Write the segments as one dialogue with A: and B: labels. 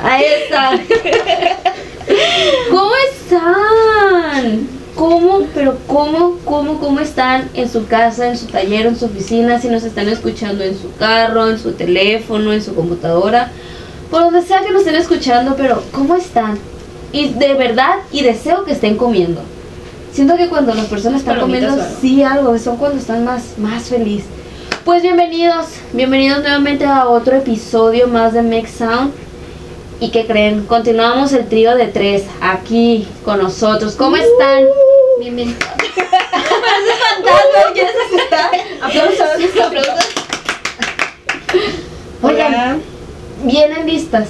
A: Ahí está. ¿Cómo están? ¿Cómo, pero cómo, cómo, cómo están en su casa, en su taller, en su oficina? Si nos están escuchando en su carro, en su teléfono, en su computadora, por donde sea que nos estén escuchando, pero ¿cómo están? Y de verdad, y deseo que estén comiendo. Siento que cuando las personas están
B: Palomitas
A: comiendo,
B: o algo.
A: sí algo, son cuando están más, más feliz. Pues bienvenidos, bienvenidos nuevamente a otro episodio más de Make Sound. ¿Y qué creen? Continuamos el trío de tres aquí con nosotros. ¿Cómo están?
B: Bienvenido.
A: Fantasma, ¿quieres asustar?
B: Aplausos, aplausos.
A: Oigan, vienen listas.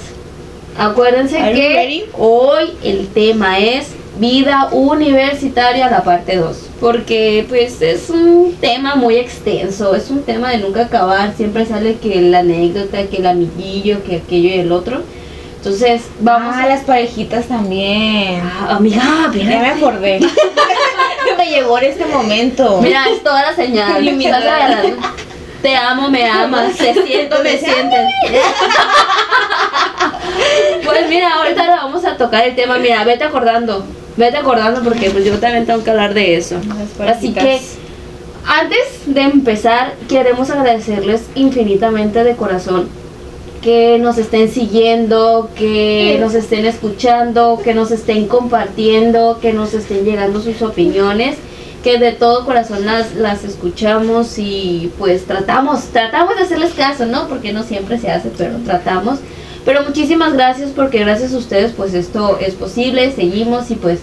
A: Acuérdense
B: Are you
A: que
B: ready?
A: hoy el tema es vida universitaria, la parte 2. Porque pues es un tema muy extenso, es un tema de nunca acabar. Siempre sale que la anécdota, que el amiguillo, que aquello y el otro. Entonces, vamos
C: Vamos a las parejitas también.
A: Ah, amiga,
C: Ah, Ya me
A: mira.
C: acordé. me llegó en este momento.
A: Mira, es toda la señal. vas agarrando. Te amo, me amas, te siento, me sientes. Pues mira, ahorita le vamos a tocar el tema. Mira, vete acordando. Vete acordando porque pues yo también tengo que hablar de eso.
C: Las
A: Así que
C: parejitas.
A: antes de empezar, queremos agradecerles infinitamente de corazón que nos estén siguiendo, que nos estén escuchando, que nos estén compartiendo, que nos estén llegando sus opiniones, que de todo corazón las, las escuchamos y pues tratamos, tratamos de hacerles caso, ¿no? Porque no siempre se hace, pero tratamos. Pero muchísimas gracias porque gracias a ustedes pues esto es posible, seguimos y pues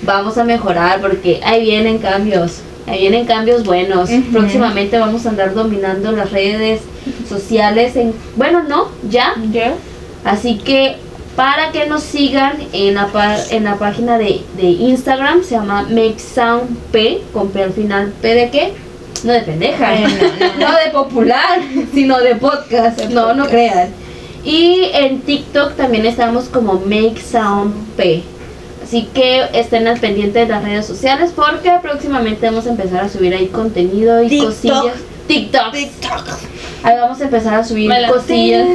A: vamos a mejorar porque ahí vienen cambios, ahí vienen cambios buenos.
C: Ujú.
A: Próximamente vamos a andar dominando las redes sociales en, bueno, no, ya.
C: ¿Ya?
A: Así que para que nos sigan en la, pa- en la página de, de Instagram, se llama Make Sound P, con P al final, ¿P de qué? No de pendeja,
C: Ay,
A: Eh, no, de popular, sino de podcast, no, no crean. Y en TikTok también estamos como Make Sound P. Así que estén al pendiente de las redes sociales porque próximamente vamos a empezar a subir ahí contenido y
C: TikTok.
A: cosillas. TikTok. Ahí vamos a empezar a subir
C: Baila.
A: cosillas.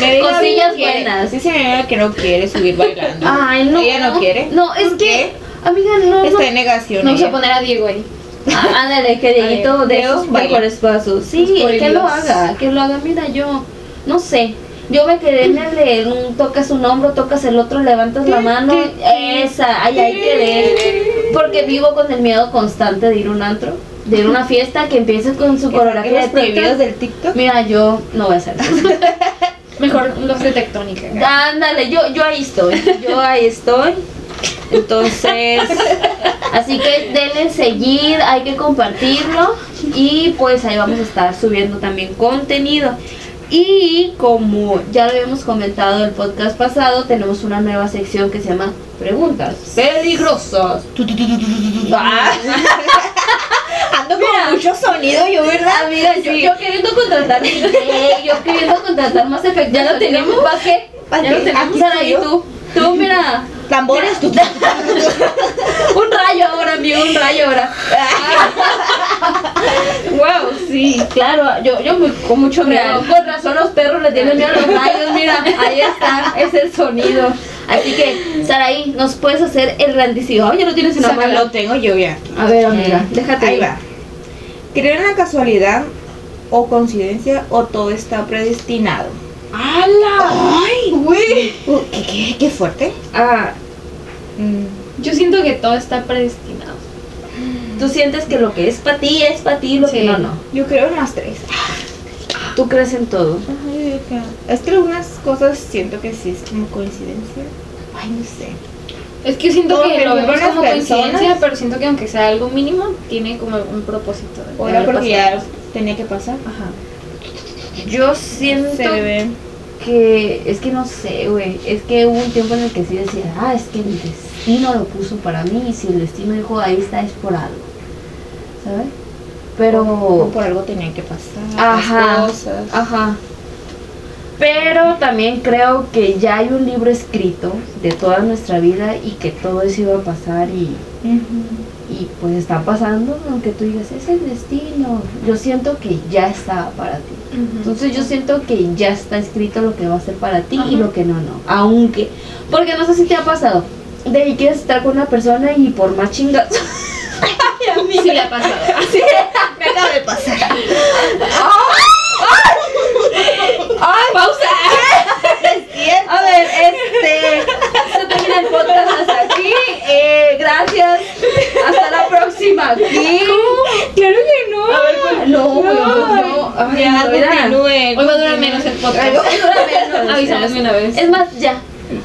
C: Me dijo,
A: Cosillas
C: "No quiere".
A: buenas.
C: Dice mi amiga que no quiere subir bailando.
A: Ay, no.
C: Ella no quiere.
A: No, es
C: ¿Por
A: que, amiga, no.
C: Está
A: no.
C: en negación.
B: Vamos a
C: ella.
B: poner a Diego ahí.
A: Ah, Ándale, que Dieguito
C: Adiós.
A: de
C: Diego,
A: esos
C: baila.
A: mejores pasos. Sí,
B: Por
A: que lo
B: Dios.
A: haga, que lo haga. Mira, yo, no sé. Yo me quedé en el de un- tocas un hombro, tocas el otro, levantas la mano. Esa, ahí hay que ver. Porque vivo con el miedo constante de ir a un antro, de ir a una fiesta que empiece con su
C: Que saquen
A: coreografía de
C: los prohibidos
A: TikTok.
C: del TikTok.
A: Mira, yo no voy a hacer eso.
B: Mejor los de Tectónica.
A: Ándale, yo, yo ahí estoy, yo ahí estoy. Entonces, así que denle seguir, hay que compartirlo y pues ahí vamos a estar subiendo también contenido. Y como ya lo habíamos comentado el podcast pasado, tenemos una nueva sección que se llama Preguntas Peligrosas. Ah,
C: Ando con mucho sonido Ah, yo, ¿verdad?
A: amiga, yo, yo queriendo contratar DJ, yo queriendo contratar más efectos. Ya lo tenemos, ¿para qué?
C: ¿Pa'
A: Ya lo
C: qué?
A: tenemos.
C: Aquí
A: Saraí,
C: estoy
A: tú, tú mira.
C: Tambores, tú.
A: Un rayo ahora, amigo, un rayo ahora. wow, sí, claro, yo, yo me- con mucho miedo.
B: Real.
A: Con razón los perros le tienen miedo a los rayos, mira, ahí está, es el sonido. Así que, Saraí, nos puedes hacer el grandísimo. Ay, ya lo tienes en la mano.
C: Lo tengo yo ya.
A: A ver, amiga,
C: Mm,
A: déjate.
C: Ahí
A: ir.
C: va. ¿Creen en la casualidad o coincidencia o todo está predestinado?
B: ¡Hala!
C: ¡Ay, güey! ¿Qué, qué, qué fuerte?
A: Ah,
C: Mm.
B: Yo siento que todo está predestinado.
A: tú sientes que lo que es para ti es para ti, lo que
B: Sí.
A: no, no.
C: Yo creo en las tres.
A: Tú crees en todo.
C: Ay, yo creo. Es que algunas cosas siento que sí es como coincidencia. Ay, no sé.
B: Es que siento
C: Todo
B: que lo
C: depende de
B: vemos
C: las
B: como
C: personas.
B: coincidencia, pero siento que aunque sea algo mínimo, tiene como un propósito. de
C: Ahora
B: haber
C: porque
B: pasado.
C: ya tenía que pasar. Ajá.
A: Yo siento
C: Se le ve.
A: que es que no sé, güey. Es que hubo un tiempo en el que sí decía, ah, es que el destino lo puso para mí y si el destino dijo ahí está es por algo, ¿sabes? Pero,
C: Como por algo tenía que pasar.
A: Ajá.
C: las cosas.
A: ajá. Pero también creo que ya hay un libro escrito de toda nuestra vida y que todo eso iba a pasar y,
C: Ujú.
A: y y pues está pasando, aunque tú digas, es el destino. Yo siento que ya estaba para ti. Entonces yo siento que ya está escrito lo que va a ser para ti y
B: Ajá.
A: lo que no, no. Aunque, porque no sé si te ha pasado, de ahí quieres estar con una persona y por más chingas,
B: Sí, le ha pasado.
C: Me acaba de pasar.
A: A ver, este. Se termina el podcast hasta aquí. Eh, gracias. Hasta la próxima. Aquí.
C: Claro que no.
A: No, pues, no. Ay,
C: ya,
A: no, mira.
C: continúe.
B: Hoy va a durar menos el
A: Ay,
B: podcast.
A: no, dura menos.
B: Avisamos de una vez.
A: Es más, ya.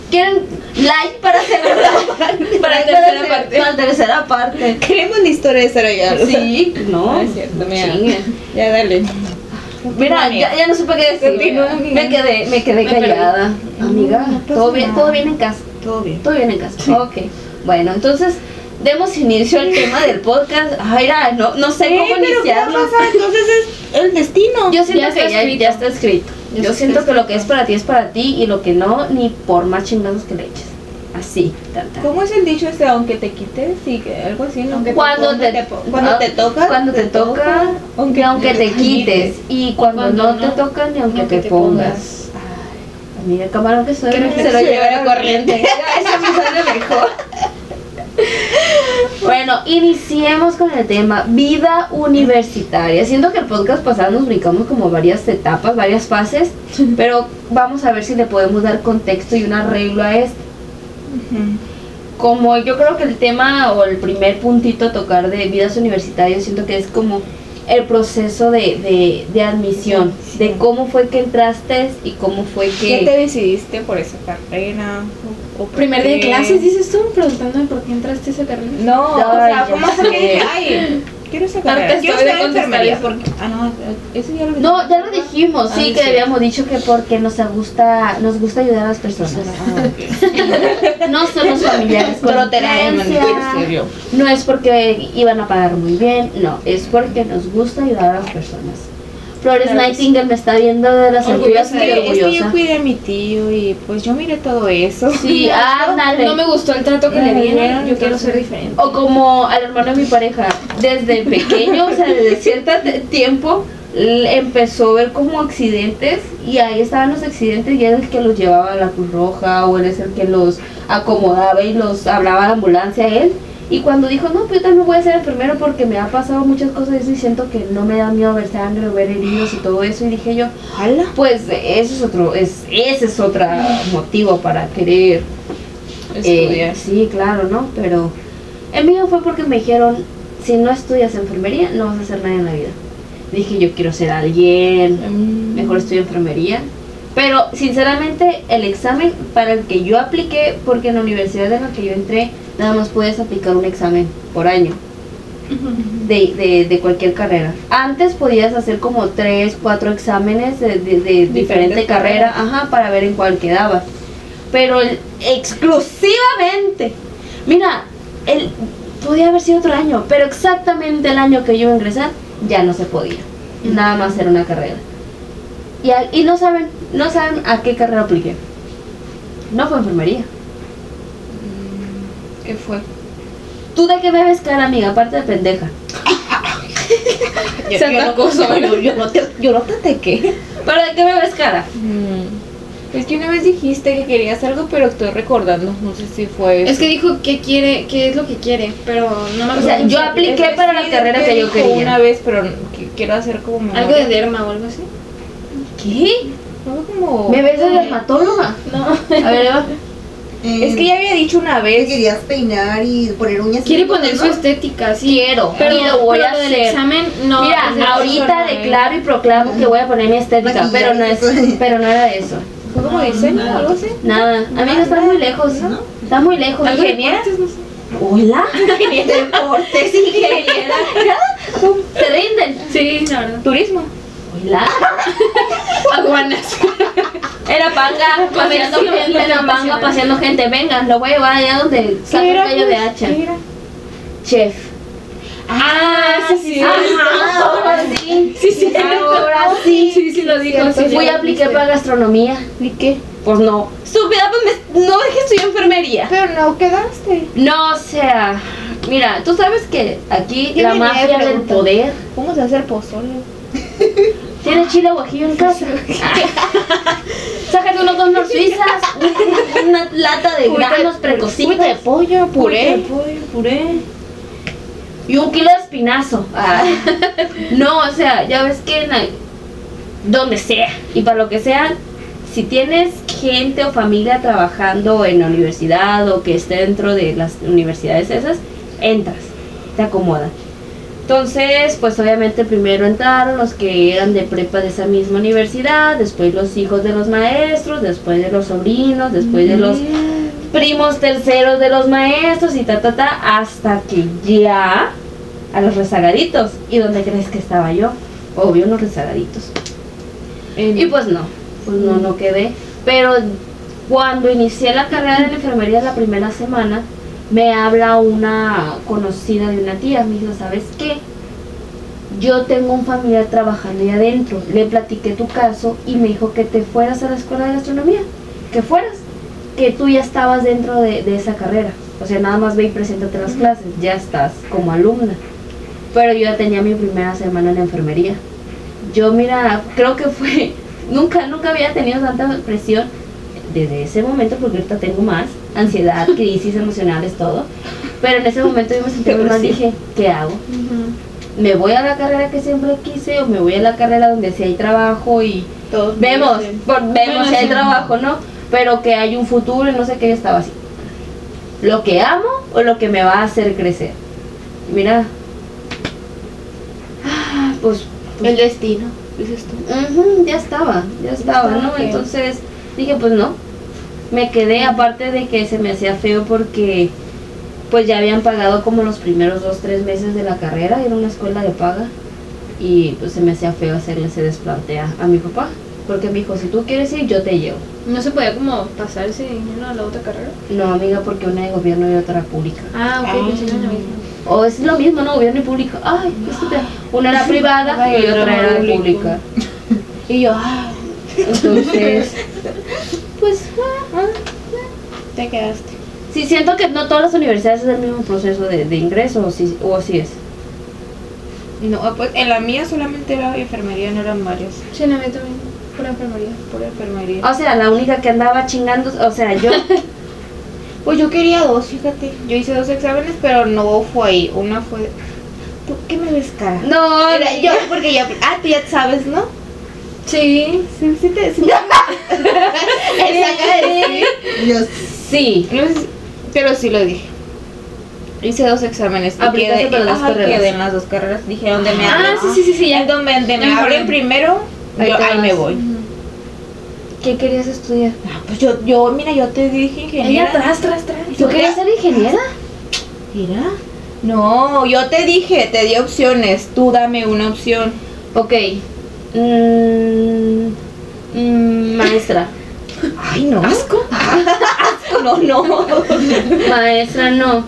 A: ¿Quieren like para segunda parte?
B: Para
A: Like
B: tercera
A: seg-
B: parte.
A: Para tercera parte.
C: Queremos la historia de Sara ya.
A: Sí, no.
C: No es cierto, mira.
A: Chingue.
C: Ya dale.
A: Mira,
C: amiga.
A: ya, ya no supe qué decir.
C: Continúa, amiga.
A: Me quedé, me quedé
B: Me perdí.
A: callada. Amiga,
C: No pasa
A: todo bien,
C: nada.
A: todo bien en casa.
C: Todo bien.
A: Todo bien en casa. Ok. Bueno, entonces demos inicio al tema del podcast. Ay, mira, no, no sé cómo
C: pero ¿qué va a
A: iniciarlo.
C: pasar? Entonces es el destino.
A: Yo siento
B: Ya está
A: que ya,
B: escrito.
A: ya está escrito.
B: Ya
A: Yo
B: está
A: siento que lo
B: escrito.
A: que es para ti es para ti y lo que no, ni por más chingados que le eches. Así, tan, tan.
C: ¿Cómo es el dicho este? Aunque te quites y que algo así, ¿no?
B: Aunque
A: Cuando
C: Aunque
A: te, ah,
C: po- cuando te toca.
A: cuando te toca, aunque, aunque te quites y cuando,
B: Cuando
A: no,
B: no,
A: te toca ni aunque te,
B: te
A: pongas. Ay, Mira, el camarón que soy,
B: Creo
A: se
B: que
A: lo
C: se
A: lleva
C: lleva
A: la corriente. Eso me sale mejor. Bueno, iniciemos con el tema vida universitaria. Siento que el podcast pasado nos ubicamos como varias etapas, varias fases, pero vamos a ver si le podemos dar contexto y un arreglo a esto
C: Ujú.
A: como yo creo que el tema o el primer puntito a tocar de vidas universitarias, siento que es como el proceso de, de, de admisión,
C: Sí.
A: de cómo fue que entraste y cómo fue
C: ¿Qué
A: que...
C: te decidiste por esa carrera? O- o por
B: Primer día de
C: qué?
B: clases, dices tú, preguntándome por qué entraste a esa carrera.
C: No, o
A: Ay,
C: sea,
A: ya
C: ¿cómo fue que
A: sé.
C: dije, ay, quiero esa
B: No, te
C: carrera, quiero
B: estoy de
C: estudiar enfermería?
B: contestar
C: Porque, ah, no, eso ya lo
A: No, ya lo dijimos, sí,
B: Ah,
A: que
B: sí.
A: habíamos dicho que porque nos gusta, nos gusta ayudar a las personas.
C: Ah, ok.
A: No somos familiares con
C: Trotera de
A: diferencia.
C: manera, en serio.
A: No es porque iban a pagar muy bien, no, es porque nos gusta ayudar a las personas. Flores
B: Claro que sí.
A: Nightingale me está viendo de las alturas
B: Orgullosa,
A: muy
C: Es que yo
A: orgullosa.
C: cuidé a mi tío y pues yo miré todo eso.
A: Sí, ándale.
B: No me gustó el trato que
C: No
B: le
C: me
B: dieron,
C: dieron,
B: yo quiero
C: entonces-
B: ser diferente.
A: O como al hermano de mi pareja, desde pequeño, o sea, desde cierto te- tiempo, l- empezó a ver como accidentes y ahí estaban los accidentes y era el que los llevaba a la Cruz Roja o él es el que los acomodaba y los hablaba a la ambulancia él. Y cuando dijo, no, pues yo también voy a ser enfermero porque me ha pasado muchas cosas de eso y siento que no me da miedo ver sangre o ver heridos y todo eso. Y dije yo,
C: Ala.
A: pues eso es otro, es, ese es otro motivo para querer eh,
C: Estudiar.
A: sí, claro, ¿no? Pero el mío fue porque me dijeron, si no estudias enfermería, no vas a hacer nada en la vida. Dije, yo quiero ser alguien,
C: Mm.
A: mejor estudio enfermería. Pero sinceramente el examen para el que yo apliqué, porque en la universidad en la que yo entré, nada más puedes aplicar un examen por año
B: Oh.
A: de, de- de cualquier carrera. Antes podías hacer como tres, cuatro exámenes de, de- de diferente
C: Diferentes
A: carrera, ajá, para ver en cuál quedabas. Pero el- exclusivamente, mira, el, podía haber sido otro año, pero exactamente el año que yo iba a ingresar ya no se podía. Nada más era una carrera. Y, a- y no saben, no saben a qué carrera apliqué. No fue enfermería.
C: Mm, ¿Qué fue?
A: ¿Tú de qué me ves cara, amiga? Aparte de pendeja.
C: Yo,
B: Se
C: yo no-
B: atacó sola.
C: yo, yo no te, yo no te ataqué.
A: ¿Pero de qué me ves cara?
C: Mm. Es que una vez dijiste que querías algo, pero estoy recordando. No sé si fue.
B: Es que dijo que quiere, que es lo que quiere, pero no me
A: O
B: acuerdo.
A: sea, yo apliqué para la carrera que yo quería.
C: Una vez, pero que- quiero hacer como.
B: Algo
C: memoria.
B: de derma o algo así.
A: ¿Qué?
C: Algo como.
A: ¿Me ves de dermatóloga?
B: No.
A: A ver, Eva.
C: Es que ya había dicho una
D: Eh, te
C: vez.
D: querías peinar y poner uñas. y
B: Quiere
D: todo,
B: poner
D: ¿no?
B: su estética, sí.
A: Quiero,
B: Pero,
A: y lo voy
B: pero
A: a
B: lo del
A: hacer.
B: examen, no. es de
A: Mira, ahorita
B: eso, no, eh.
A: declaro y proclamo que voy a poner mi estética,
D: Maquillaje,
A: pero no es,
D: eso.
A: pero no era eso.
C: ¿Fue como diseño o algo así?
A: Nada, amiga, está muy lejos, está muy lejos.
B: Algo de
A: Ingeniera,
B: deportes, no sé.
A: hola, ingeniera, deportes, ingeniera, se rinden.
B: Sí, la verdad.
C: Turismo.
A: Hola,
B: Aguanas.
A: era panga, paseando
B: Paseación,
A: gente, era panga,
B: paseación.
A: paseando gente. Vengan, lo voy a llevar allá donde saca el
C: pues?
A: cuello de hacha.
C: ¿Qué era?
A: Chef.
B: Ah, sí, sí.
A: Ajá, Ah, ahora sí, Ah,
B: Sí, sí,
A: ahora
B: sí,
A: sí.
B: sí, sí, lo dijo. sí,
A: Fui
B: ya
A: a
B: lo
A: aplicar
B: dijiste.
A: para gastronomía.
C: ¿Y qué?
A: Pues no. Estúpida, pues me- no es que estudié enfermería.
C: Pero no quedaste.
A: No, o sea, Mira, tú sabes que aquí
C: Tiene
A: la
C: ni
A: mafia del
C: pregunta.
A: poder
C: ¿Cómo se hace el pozole?
A: tiene chile guajillo en casa. Sácate unos dos nor suizas, una lata de granos precocidos,
C: Cuita de pollo,
A: puré.
C: puré. pollo, puré.
A: y un kilo de espinazo. Ah. No, o sea, ya ves que en la- donde sea y para lo que sea, si tienes gente o familia trabajando en la universidad o que esté dentro de las universidades esas, entras, te acomodan. Entonces, pues obviamente primero entraron los que eran de prepa de esa misma universidad, después los hijos de los maestros, después de los sobrinos, después de los primos terceros de los maestros y ta ta ta hasta que ya a los rezagaditos. ¿Y dónde crees que estaba yo? Obvio, en los rezagaditos. Y pues no, pues no, no quedé. Pero cuando inicié la carrera de la enfermería la primera semana, me habla una conocida de una tía, me dijo, ¿sabes qué? Yo tengo un familiar trabajando ahí adentro, le platiqué tu caso y me dijo que te fueras a la escuela de gastronomía, que fueras, que tú ya estabas dentro de, de esa carrera. O sea, nada más ve y preséntate a las clases, ya estás como alumna. Pero yo ya tenía mi primera semana en la enfermería. Yo, mira, creo que fue, nunca, nunca había tenido tanta presión desde ese momento, porque ahorita tengo más, ansiedad, crisis emocionales, todo. Pero en ese momento yo me sentí muy mal, dije, ¿qué hago? ¿Me voy a la carrera que siempre quise o me voy a la carrera donde sí hay trabajo y
C: Todos
A: vemos,
C: dicen.
A: por- vemos
B: Bueno,
A: si hay
B: sí.
A: trabajo, ¿no? Pero que hay un futuro y no sé qué, yo estaba así. ¿Lo que amo o lo que me va a hacer crecer? Mira. Ah, Pues, pues
B: El destino, dices tú.
A: Ujú, ya estaba, ya estaba,
C: estaba,
A: ¿no?
C: ok.
A: Entonces dije, pues no. Me quedé, aparte de que se me hacía feo porque pues ya habían pagado como los primeros dos, tres meses de la carrera, era una escuela de paga. Y pues se me hacía feo hacerle ese desplante a, a mi papá. Porque me dijo, si tú quieres ir, yo te llevo.
B: No se podía como pasar ese dinero a la otra carrera.
A: No, amiga, porque una de gobierno y otra pública.
B: Ah, ok,
C: Ah.
B: pensé que era la misma.
A: O es lo mismo, ¿no? Gobierno y público. Ay, es que te- una era privada y
C: Ay, otra
A: otra era
C: público.
A: pública.
C: Y yo, ah,
A: Entonces, pues
C: te quedaste.
A: Sí, siento que no todas las universidades es el mismo proceso de, de ingreso, o sí, o sí es.
C: No, ah, pues en la mía solamente era enfermería, no eran varias.
B: Sí, la mía también. Por enfermería.
C: Pura enfermería.
A: O sea, la única que andaba chingando, o sea, yo,
C: Pues yo quería dos, fíjate. Yo hice dos exámenes, pero no fue ahí. Una fue. ¿Tú qué me ves cara?
A: no,
C: Era yo, porque ya. Ah, tú ya sabes, ¿no?
B: Sí.
C: Sí, sí te. sí te- Esa cara de sí.
D: Yo
A: sí,
C: No sé si- pero sí lo dije. Hice dos exámenes. y
A: Aplicaste
C: quedé-
A: para las
C: ajá,
A: carreras.
C: quedé en las Ah, dos carreras. Dije, ¿dónde me
B: Ah,
C: abren?
B: sí, sí, sí, sí,
C: Es
B: ya.
C: donde donde
B: Ya
C: me
B: me
C: abren
B: acordé.
C: primero,
A: Ahí
C: yo-
A: te
C: ahí
A: vas.
C: me voy.
B: Ujú.
A: ¿qué querías estudiar?
C: Ah, Pues yo, yo, mira, yo te dije
B: Ella
C: ingeniera.
B: atrás, atrás, atrás.
A: ¿Tú querías ser ingeniera?
C: Mira. No, yo te dije, te di opciones. Tú dame una opción.
A: Ok, mm, mm, maestra,
C: Ay, no. ¿Asco? Asco, no, no.
A: maestra no.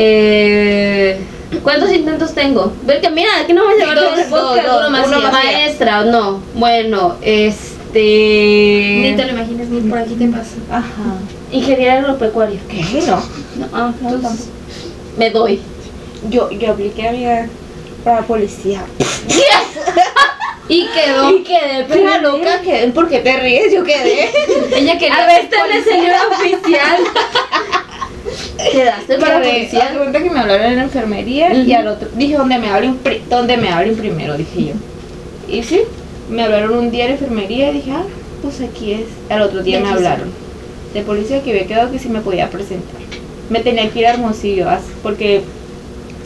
A: Eh, ¿Cuántos intentos tengo? Ver que mira, aquí no me llevar
B: Dos,
A: todo el
B: dos,
A: podcast.
B: dos, uno más
A: uno
B: y ya.
A: más maestra, no. Bueno, este...
B: Ni te lo imaginas, ni por aquí te pasa.
C: Ajá.
A: Ingeniera agropecuaria.
C: ¿Qué? No.
A: No, ah,
C: No,
A: entonces me doy.
C: Yo, yo apliqué a mi para ah, policía.
A: Y quedó. Y quedé,
C: Pero loca, que, ¿por qué te ríes? Yo quedé.
A: Ella quería. Arréstame, señora oficial. Quedaste para
C: Quedé. Haz de
A: oficial.
C: cuenta que me hablaron en enfermería y
A: Ujú.
C: al otro. Dije, donde me hablen, pri- donde me hablen primero, dije yo. Y sí, me hablaron un día en enfermería y dije, ah, pues aquí es. Al otro día
B: Y
C: me
B: aquí
C: hablaron de policía que había quedado que sí me podía presentar. Me tenía que ir a Hermosillo as- porque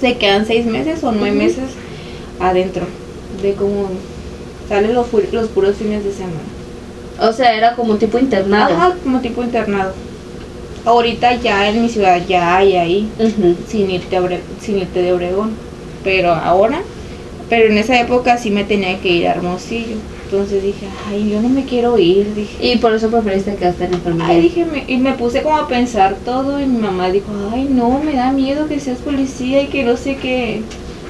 C: se quedan seis meses o nueve meses adentro. De cómo salen los, fu- los puros fines de semana.
A: O sea, era como tipo internado.
C: Ajá, como tipo internado. Ahorita ya en mi ciudad ya hay ahí,
A: Ujú.
C: sin irte, a Obre- sin irte de Obregón. Pero ahora, pero en esa época sí me tenía que ir a Hermosillo. Entonces dije, ay, yo no me quiero ir, dije.
A: Y por eso preferiste quedarte en
C: Ay,
A: enfermería.
C: dije, me- y me puse como a pensar todo y mi mamá dijo, ay, no, me da miedo que seas policía y que no sé qué.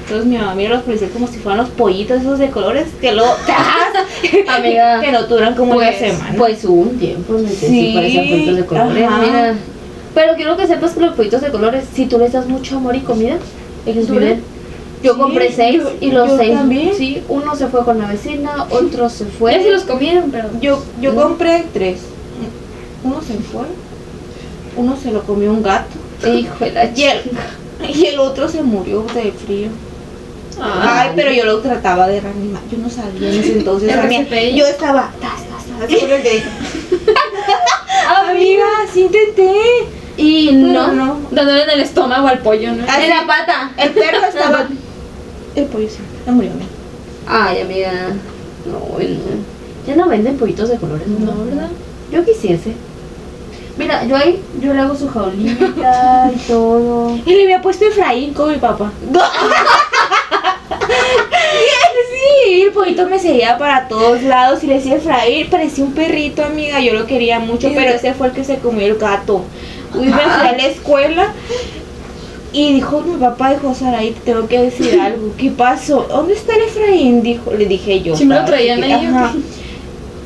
C: Entonces mi mamá mira a los policías como si fueran los pollitos esos de colores que lo...
A: Amiga,
C: que no duran como
B: pues,
C: una semana.
A: Pues hubo un tiempo en el que sí,
C: Sí,
A: parecía puntos de colores.
C: ajá.
A: Mira, Pero quiero que sepas que los pollitos de colores, si tú les das mucho amor y comida, ellos
C: ¿Duran?
A: viven. Yo
C: Sí,
A: compré seis
C: yo-
A: y los
C: yo
A: seis.
C: también.
A: Sí, uno se fue con la vecina, otro se fue.
B: Ya se los comieron, pero.
C: Yo, yo
A: No.
C: compré tres. Uno se fue, uno se lo comió un gato
A: Hijo de la
C: y el, y el otro se murió de frío.
B: Ah,
C: Ay, pero yo lo trataba de reanimar. Yo no sabía en ese entonces.
B: El
C: amiga.
B: RCP.
C: Yo estaba. Tas, tas, tas, con el dedo. Amiga, sí intenté.
A: Y
C: Pero
A: no.
C: no.
B: dándole en el estómago al pollo, ¿no?
C: Así,
A: En la pata.
C: El perro estaba. El pollo sí. No murió, amiga.
A: Ay, amiga. No, el- ya no venden pollitos de colores, ¿no?
B: No, ¿verdad?
A: Yo quisiese. Mira, yo ahí, yo le hago su jaulita y todo.
C: Y le había puesto Efraín con mi papá. sí, el pollito me seguía para todos lados y le decía Efraín, parecía un perrito, amiga, yo lo quería mucho, pero ese fue el que se comió el gato. Uy, me fui a la escuela y dijo, mi papá dijo, Saraí, te tengo que decir algo. ¿Qué pasó? ¿Dónde está el Efraín? Dijo, le dije yo.
B: Sí me lo
C: estaba
B: traían
C: chiquita,
B: ahí, ¿o qué?
C: ajá.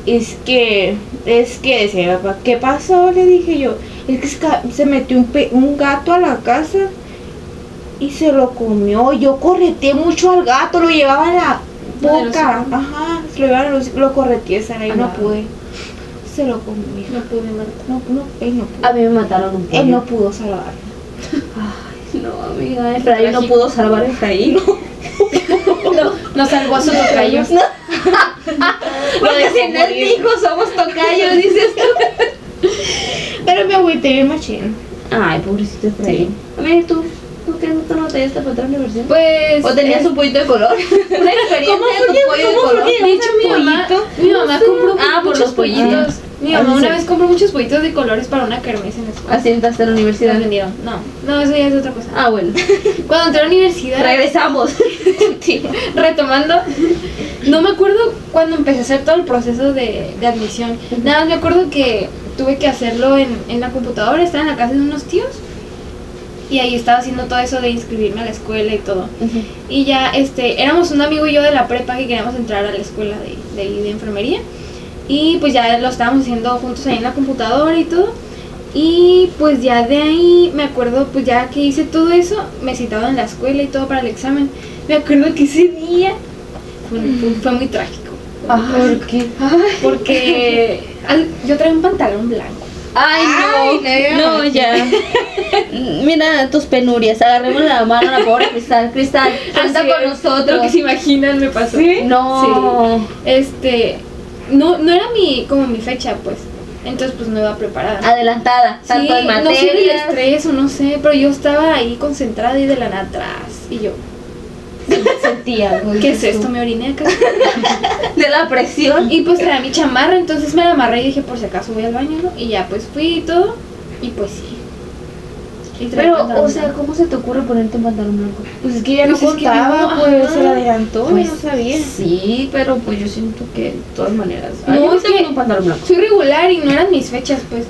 C: Es que, es que, decía mi papá, ¿qué pasó? Le dije yo. Es que se ca- se metió un, pe- un gato a la casa y se lo comió. Yo correteé mucho al gato, lo llevaba en la
B: En el
C: boca.
B: hocico.
C: Ajá, se lo llevaba en el hocico, lo correteé, Saraí, no
B: Ah.
C: pude. Se lo comió.
B: No pude matar.
C: No, no, él no pudo.
A: A mí me mataron
B: Ah.
A: un pollo.
C: Él no pudo salvarlo.
A: No, amiga, Efraín no
B: Trágico.
A: pudo salvar a Efraín.
B: No salvó a su tocayo.
A: Porque si no es mi hijo, somos tocayos, dices tú.
C: Pero me agüité bien machín.
A: Ay, pobrecito Efraín. A ver, tú, ¿tú qué no te lo traías para otra universidad?
B: Pues.
A: ¿O tenías un pollito de color? Una experiencia
C: ¿Cómo fue
A: de
C: que-
A: tu pollo de
C: cómo fue
A: color.
C: que-
B: De hecho, mi mamá,
C: pollito?
B: mi mamá compró
A: Ah, por
B: muchos
A: los pollitos.
B: pollitos. Mi
A: Ah,
B: mamá
A: sí.
B: una vez compró muchos pollitos de colores para una kermés en la escuela.
A: Así entraste a la
B: Se los
A: universidad.
B: vendieron. No, no, eso ya es otra cosa.
A: Ah, bueno.
B: Cuando entré a la universidad,
A: Regresamos.
B: retomando, no me acuerdo cuando empecé a hacer todo el proceso de, de admisión. Nada más me acuerdo que tuve que hacerlo en, en la computadora, estaba en la casa de unos tíos. Y ahí estaba haciendo todo eso de inscribirme a la escuela y todo. Y ya, este, éramos un amigo y yo de la prepa que queríamos entrar a la escuela de, de ahí de enfermería. Y pues ya lo estábamos haciendo juntos ahí en la computadora y todo. Y pues ya de ahí, me acuerdo, pues ya que hice todo eso, me citaron en la escuela y todo para el examen. Me acuerdo que ese día fue, fue- fue muy trágico.
A: Ah, ¿Por qué?
B: Porque al- yo traía un pantalón blanco.
A: Ay,
C: Ay,
A: no.
C: no.
A: No, ya. Mira tus penurias. Agarremos la mano a la pobre Cristal. Cristal, anda
B: Así
A: con
B: es, Lo que
A: nosotros.
B: se imaginan me pasó.
A: No.
B: Este, no, no era mi, como mi fecha, pues. Entonces pues no iba preparada.
A: Adelantada. Ah, Tanto en
B: no sé del
A: materias.
B: estrés o no sé, pero yo estaba ahí concentrada y de la nada atrás. Y yo,
A: sentía algo.
B: ¿qué es esto? Me oriné acá.
A: De la presión.
B: Y pues traía mi chamarra, entonces me la amarré y dije, por si acaso voy al baño, ¿no? Y ya pues fui y todo. Y pues sí. Y traía
A: Pero,
B: pantalón
A: o sea,
B: blanco.
A: ¿cómo se te ocurre ponerte un pantalón blanco?
C: Pues es que ya no
B: Pues es que
C: contaba,
B: no,
C: pues
B: ajá.
C: se lo adelantó,
A: Pues,
C: yo no sabía.
A: Sí, pero pues yo siento que de todas maneras.
B: No,
A: Ay, yo
B: es
A: tengo
B: que-
A: un pantalón blanco.
B: soy regular y no eran mis fechas, pues.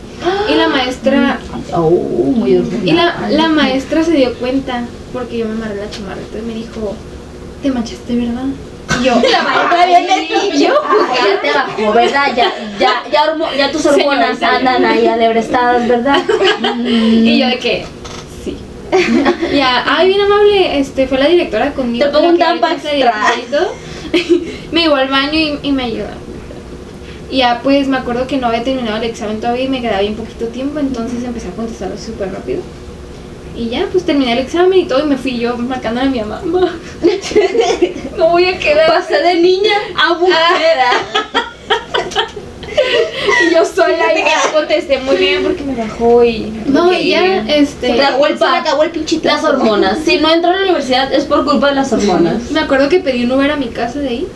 B: Y la maestra,
A: Oh, muy
B: y la,
A: ordinario.
B: la maestra se dio cuenta porque yo me amarré la chamarra. Entonces me dijo, te manchaste, ¿verdad? Y yo,
A: La maestra viene y yo pues, ya te bajó, ¿verdad? Ya, ya, ya, hormo- ya tus hormonas
B: Señorita, ya.
A: andan ahí alebrestadas, ¿verdad?
B: Y yo de que, sí. ya, ay, bien amable, este, fue la directora conmigo.
A: Te pongo
B: la
A: un
B: que ahorita
A: Tampax
B: es la directora y todo. me llevó al baño y, y me ayudó. Y ya, pues, me acuerdo que no había terminado el examen todavía y me quedaba bien poquito tiempo, entonces empecé a contestarlo súper rápido. Y ya, pues, terminé el examen y todo y me fui yo marcando a mi mamá. "Ma, no voy a quedar.
A: Pasé de niña a mujer.
B: Y yo sola y ya contesté muy bien porque me bajó y... No, y ya, este...
A: La culpa,
C: el pinche
A: las hormonas. Si no entro a la universidad es por culpa de las hormonas.
B: Me acuerdo que pedí un Uber a mi casa de ahí.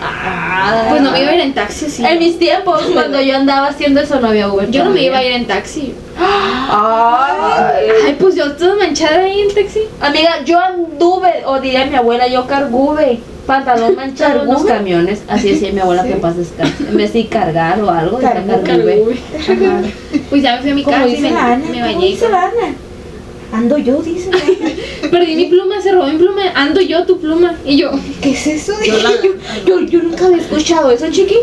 A: Ah.
B: Pues no me iba a ir en taxi, sí.
A: En mis tiempos, cuando yo andaba haciendo eso, no había Uber.
B: Yo no me iba a ir en taxi.
A: Ay.
B: Ay, pues yo toda manchada ahí en taxi.
A: Amiga, yo anduve, o diría mi abuela, yo cargube, pantalón manchado en los
C: ¿Cargube?
A: camiones. Así decía mi abuela que paz descanse. En vez de cargar o algo, decía
C: Cargube.
A: cargube.
B: Ajá. Pues ya me fui a mi
C: Como
B: casa y
C: dice
B: me,
C: la Ana,
B: me
C: como
B: bañé. y
C: dice
B: todo.
C: la Ana. Ando yo, dice la Ana.
B: Perdí mi pluma, se robó mi pluma. Ando yo tu pluma. Y yo,
C: ¿Qué es eso?
B: Yo la-
C: Dije yo, yo, yo nunca había escuchado eso, chiqui.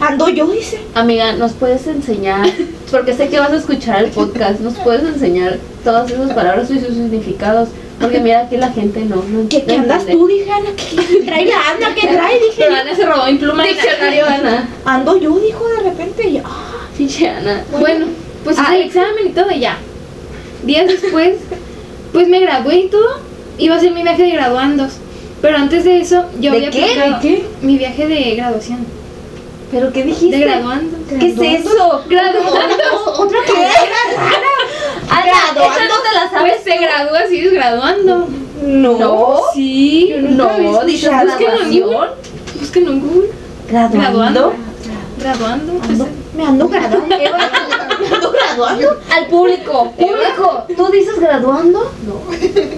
C: Ando yo, dice.
A: Amiga, ¿nos puedes enseñar porque sé que vas a escuchar el podcast, nos puedes enseñar todas esas palabras y sus significados. Porque mira, aquí la gente no. no
C: ¿Qué, qué
A: no
C: andas
A: entiende.
C: tú? Dije, Ana, ¿qué trae la Ana? ¿Qué trae? Dije,
A: Pero Ana se robó mi pluma. Diccionario, Ana.
C: ando yo, dijo de repente. Y yo, ah,
A: Pinche Ana.
B: Bueno, pues hice el examen y todo y ya. Días después, pues me gradué y todo. Iba a ser mi viaje de graduandos. Pero antes de eso, yo
A: ¿De
B: había
A: qué?
B: aplicado
A: ¿De qué?
B: mi viaje de graduación.
A: ¿Pero qué
B: De
A: dijiste?
B: graduando.
A: ¿Qué es eso?
B: Graduando.
A: ¿Otra Ana, esa no te la sabes.
B: Pues se gradúa si es graduando.
C: no.
A: No.
B: Sí, yo nunca había
A: No,
B: escuchado.
A: dices
B: Búsquenlo en Google.
A: graduación.
B: Búsquenlo en Google.
A: Graduando.
B: Graduando. Graduando. pues, eh,
C: Ando- me ando graduando. me ando graduando.
A: Al público. Público. ¿Tú dices graduando?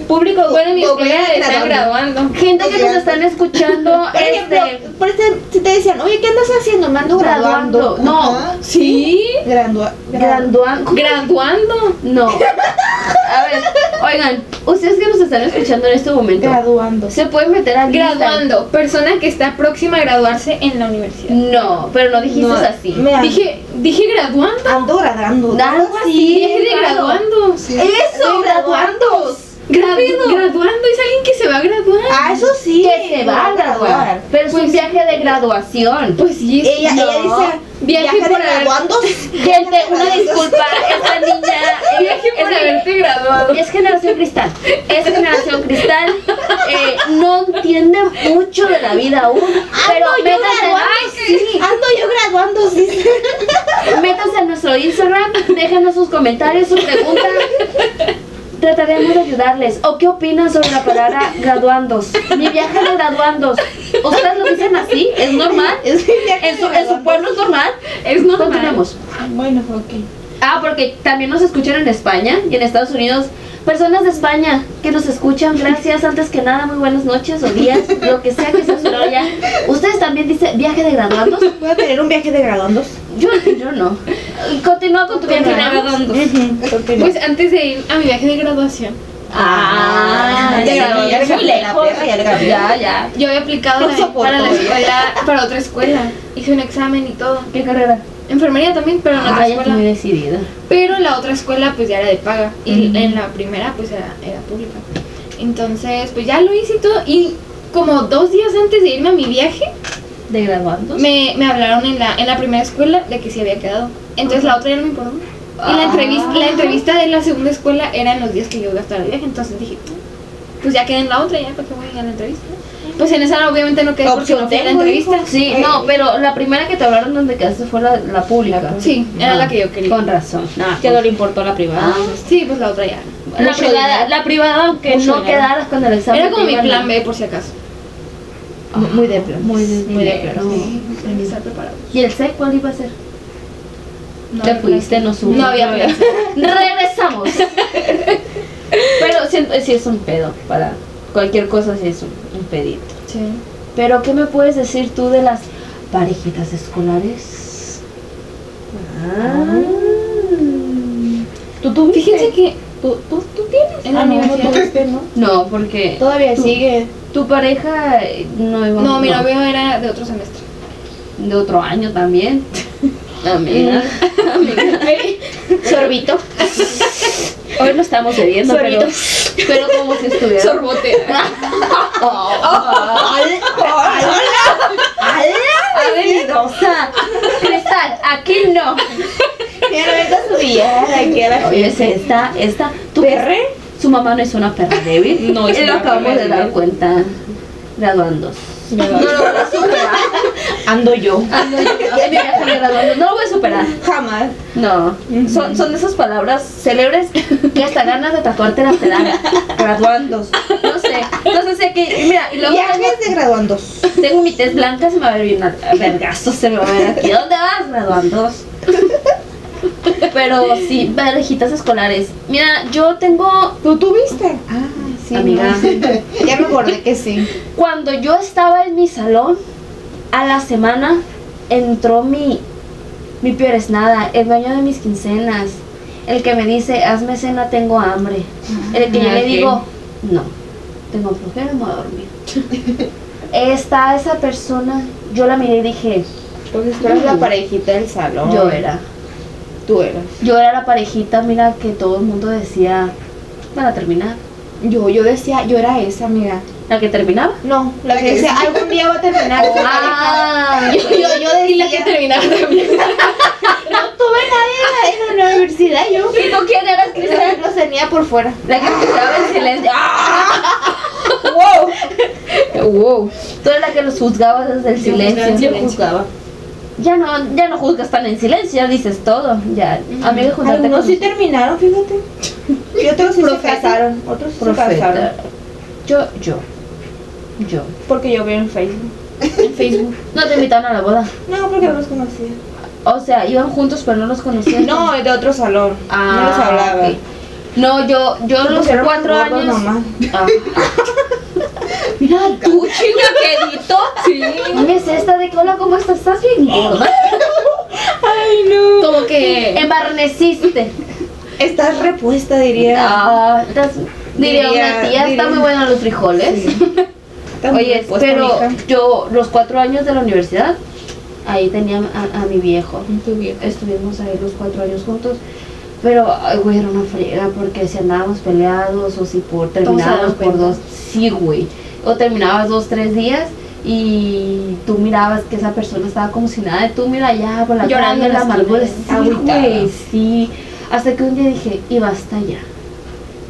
B: Público. Bueno, mi
D: Google
B: escuela está
D: graduando.
B: graduando.
A: Gente que nos están escuchando.
C: Por ejemplo,
A: este,
C: por ejemplo, si te decían, oye, ¿qué andas haciendo? Me ando graduando.
A: Graduando. No.
D: Ajá.
B: Sí.
D: Grandua- gran-
A: Graduando.
B: Graduando.
A: No. A ver, oigan, ustedes que nos están escuchando en este momento,
C: Graduando.
A: ¿se pueden meter al Instagram?
B: Graduando, persona que está próxima a graduarse en la universidad.
A: No, pero no dijiste
C: No,
A: así.
C: me ando-
B: Dije, dije graduando.
D: Ando graduando.
A: Algo
B: Dije de graduando.
D: Sí.
A: Eso, graduando.
B: Gradu- graduando es alguien que se va a graduar.
C: Ah, eso sí.
A: Que se va a graduar. Pero es un
B: Pues-
A: viaje de graduación.
B: Pues sí, es-
C: Ella, ella
A: No.
C: dice,
B: Viaje
C: viaje,
B: por
C: de
B: haber-
C: graduandos.
A: Gente, una disculpa, esta niña.
B: viaje por
A: es-
B: haberte graduado.
A: Es generación cristal. Es generación cristal. Eh, no entiende mucho de la vida aún. Pero
C: yo
A: métanse,
C: graduando.
A: Ay, sí,
C: Ando yo graduando, sí.
A: métanse a nuestro Instagram. Déjenos sus comentarios, sus preguntas. Trataremos de ayudarles. ¿O qué opinan sobre la palabra graduandos? Mi viaje de graduandos. ¿Ustedes lo dicen así? ¿Es normal?
C: Es mi viaje
A: ¿En su,
C: de
A: en su pueblo es normal?
B: Es normal.
A: Continuemos.
C: Bueno, ok.
A: Ah, porque también nos escuchan en España y en Estados Unidos. Personas de España que nos escuchan, gracias. Antes que nada, muy buenas noches o días, lo que sea que sea su hora ya. Ustedes también dicen viaje de graduandos.
C: Voy a tener un viaje de graduandos.
A: Yo, yo no. Y Continúa con tu viaje de graduandos.
B: Pues antes de ir a mi viaje de graduación,
A: Ah,
C: Ya,
A: ya,
C: ya, ya,
A: muy
C: ya, ya,
A: lejos.
C: ya, ya,
A: Ya, ya.
B: yo había aplicado
C: No
B: la-
C: soporto.
B: para la escuela, para otra escuela. Hice un examen y todo.
A: ¿Qué carrera?
B: Enfermería también, pero en otra
A: Ah, ya estoy
B: escuela.
A: muy decidida.
B: Pero la otra escuela pues ya era de paga y
A: Ujú.
B: en la primera pues era, era pública. Entonces pues ya lo hice y todo y como dos días antes de irme a mi viaje
A: ¿De graduandos?
B: me, me hablaron en la, en la primera escuela de que se había quedado. Entonces la otra ya no me importó. Y
A: Ah.
B: la entrevista, la entrevista de la segunda escuela era en los días que yo gastaba el viaje. Entonces dije, pues ya quedé en la otra, ya para qué voy a ir a la entrevista. Pues en esa obviamente no quedé porque
C: Opción
B: no fui a la
C: tengo,
B: entrevista.
A: Sí, no, pero la primera que te hablaron donde quedaste fue la, la pública.
B: Sí, era
A: Ah,
B: la que yo quería.
A: Con razón. Ah,
C: Que no le importó la
A: Ah.
C: privada.
B: Sí, pues la otra ya.
A: La
C: Mucho
A: privada,
C: dinero.
A: la privada, aunque
C: Mucho
A: no
C: dinero.
A: quedaras con el examen.
B: Era como
A: te
B: mi
A: iban a-
B: plan B por si acaso.
A: Ah, Muy de plan. Muy de, muy de
B: Pero
A: plan.
B: sí, pues, hay que estar preparado.
A: ¿Y el C cuál iba a ser?
B: No
A: Te
B: había
A: fuiste, no
B: plan.
A: supe.
B: No había plan.
A: Regresamos. Pero siento, sí es un pedo para cualquier cosa, sí es un, un pedito.
B: Sí.
A: Pero ¿qué me puedes decir tú de las parejitas escolares? Ah.
C: ¿Tú tuviste?
B: Fíjense que
C: ¿Tú, tú, tú tienes?
B: En la
C: Ah, no, no
B: universidad.
C: tuviste, ¿no?
A: No, porque
C: Todavía
A: Tú.
C: sigue.
A: tu pareja eh, no iba
B: no, mi novio era de otro semestre.
A: de otro año también. Amiga.
C: Sorbito.
A: Hoy no estamos bebiendo, pero, pero como si estuviera.
B: Sorbote.
A: Venenosa. Cristal, aquí no.
C: Mira, vete a subir aquí a la
A: Oye, esta, esta. ¿Tú
C: ¿Perre?
A: Su mamá no es una perra débil.
C: No, es
A: Y lo
C: una
A: acabamos
C: perra
A: de dar
C: débil.
A: cuenta graduando. No lo voy a superar.
C: Ando yo.
A: Ando yo, en mi viaje de graduando. No lo voy a superar.
C: Jamás.
A: No. Son, son de esas palabras célebres que hasta ganas de tatuarte las te dan.
C: Graduandos.
A: No sé. Entonces sé que. Mira, y luego tengo-
C: Viajes de graduandos.
A: Tengo mi tez blanca, se me va a ver bien a- vergazo, se me va a ver aquí. ¿Dónde vas, graduandos? Pero sí, parejitas escolares. Mira, yo tengo,
C: ¿Tú tuviste? Ah, sí.
A: amiga,
C: no, sí. Ya me acordé que sí.
A: cuando yo estaba en mi salón, a la semana entró mi, mi peor es nada, el dueño de mis quincenas, el que me dice, hazme cena, tengo hambre. El que yo le
C: ok.
A: digo, no, tengo flojera, me voy a dormir. Está esa persona, yo la miré y dije,
C: Pues tú eras la parejita del salón.
A: Yo era.
C: Tú eras.
A: Yo era la parejita, mira, que todo el mundo decía para terminar.
C: Yo, yo decía, yo era esa, amiga.
A: La que terminaba.
C: No, la que decía, algún día va a terminar.
A: Ah,
C: yo, yo, yo decía,
B: Y la que terminaba también.
C: no tuve nadie en la universidad, yo
A: ¿Y tú quién eras, Cristal?
C: los tenía por fuera.
A: La que escuchaba en silencio. ¡Ah!
C: Wow.
A: Tú eras la que los juzgabas desde el
B: Yo juzgaba en
A: silencio.
B: silencio.
C: Juzgaba.
A: Ya no, ya no juzgas tan en silencio, ya dices todo. Ya, a mí me juntaste
C: Algunos
A: con
C: sí terminaron, fíjate. Pues Y otros sí se
D: Profeta.
C: casaron. Otros sí se
A: profeta.
C: casaron.
A: Yo, yo, yo.
C: Porque yo vi en Facebook.
B: En Facebook.
A: No te invitaron a la boda.
C: No, porque no los conocía.
A: O sea, iban juntos pero no los conocían.
C: No, es de otro salón.
A: Ah,
C: no los hablaba.
A: ok. No, yo, yo a los
C: Porque eran
A: cuatro
C: gordos
A: años.
C: nomás.
A: Ah. Mira, tú chinga que edito. Sí. Oh. es esta de que hola, ¿cómo estás? ¿Estás bien gorda?
C: Ay, no.
B: Como que.
A: Embarneciste.
C: Estás repuesta, diría.
A: Ah, estás- diría,
C: Diría-
A: una tía,
C: diría-
A: está muy buena los frijoles.
C: Estás muy
A: Oye,
C: repuesta,
A: pero
C: mija.
A: yo los cuatro años de la universidad, ahí tenía a, a mi viejo. Estuvimos ahí los cuatro años juntos. Pero, ay, güey, era una friega porque si andábamos peleados o si por terminábamos
B: daban
A: por
B: cuenta.
A: dos, sí, güey. O terminabas dos, tres días y tú mirabas que esa persona estaba como si nada de tú, mira ya, por la
B: Llorando
A: calle,
B: en
A: la
B: la
A: amargura. Sí,
B: esquina,
A: güey,
C: agüitada.
A: sí. Hasta que un día dije, y basta ya.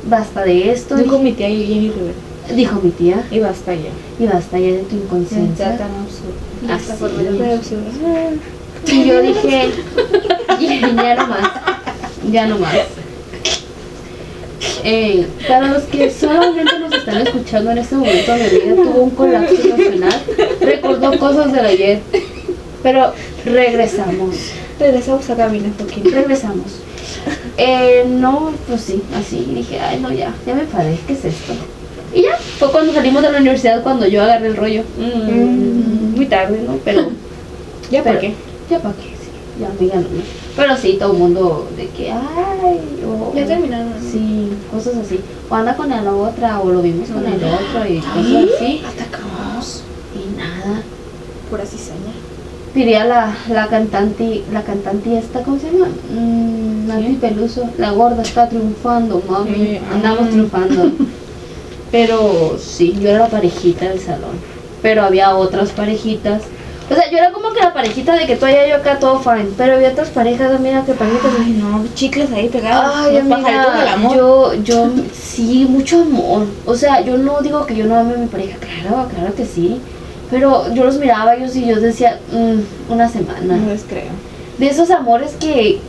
A: Basta de esto.
C: Dijo mi tía Jenny Rivera.
A: dijo mi tía,
C: Y basta ya.
A: y basta ya de tu inconsciencia.
C: tan absurdo.
A: Así.
B: absurdo.
C: ah,
A: Y yo dije, "Ya- ya no más, ya no más. Eh, para los que solamente nos están escuchando en este momento, mi vida tuvo un colapso emocional, recordó cosas del ayer, pero regresamos,
C: Regresamos a caminar poquito.
A: regresamos. Eh, no, pues sí, así dije, ay no, ya, ya me enfadé, ¿qué es esto? Y ya, fue cuando salimos de la universidad cuando yo agarré el rollo. Mm, muy tarde, ¿no? Pero
C: ¿Ya
A: Pero-
C: por qué?
A: ya para qué, sí. Ya amiga no. no. Pero sí, todo el mundo de que, ay, o-
B: Ya terminaron.
A: Sí, cosas así. O anda con la otra, o lo vimos con el
C: Ah.
A: otro, y cosas así.
B: Atacamos.
A: Y nada.
B: Pura cizaña.
A: Diría la, la cantante, la cantante esta, ¿cómo se llama? Mm, Nancy Peluso. La gorda está triunfando, mami.
C: Sí,
A: Andamos
C: ah.
A: triunfando. Pero sí, yo era la parejita del salón. Pero había otras parejitas. O sea, yo era como que la parejita de que tú allá yo acá todo fine. Pero había otras parejas, mira, que parejitas.
C: Ay, no, chicles ahí pegados.
A: Ay,
C: los pajaritos del
A: amiga,
C: amor.
A: yo, yo, sí, mucho amor. O sea, yo no digo que yo no ame a mi pareja, claro, claro que sí. Pero yo los miraba ellos y yo decía, "Mm, una semana.
C: No les creo.
A: De esos amores que,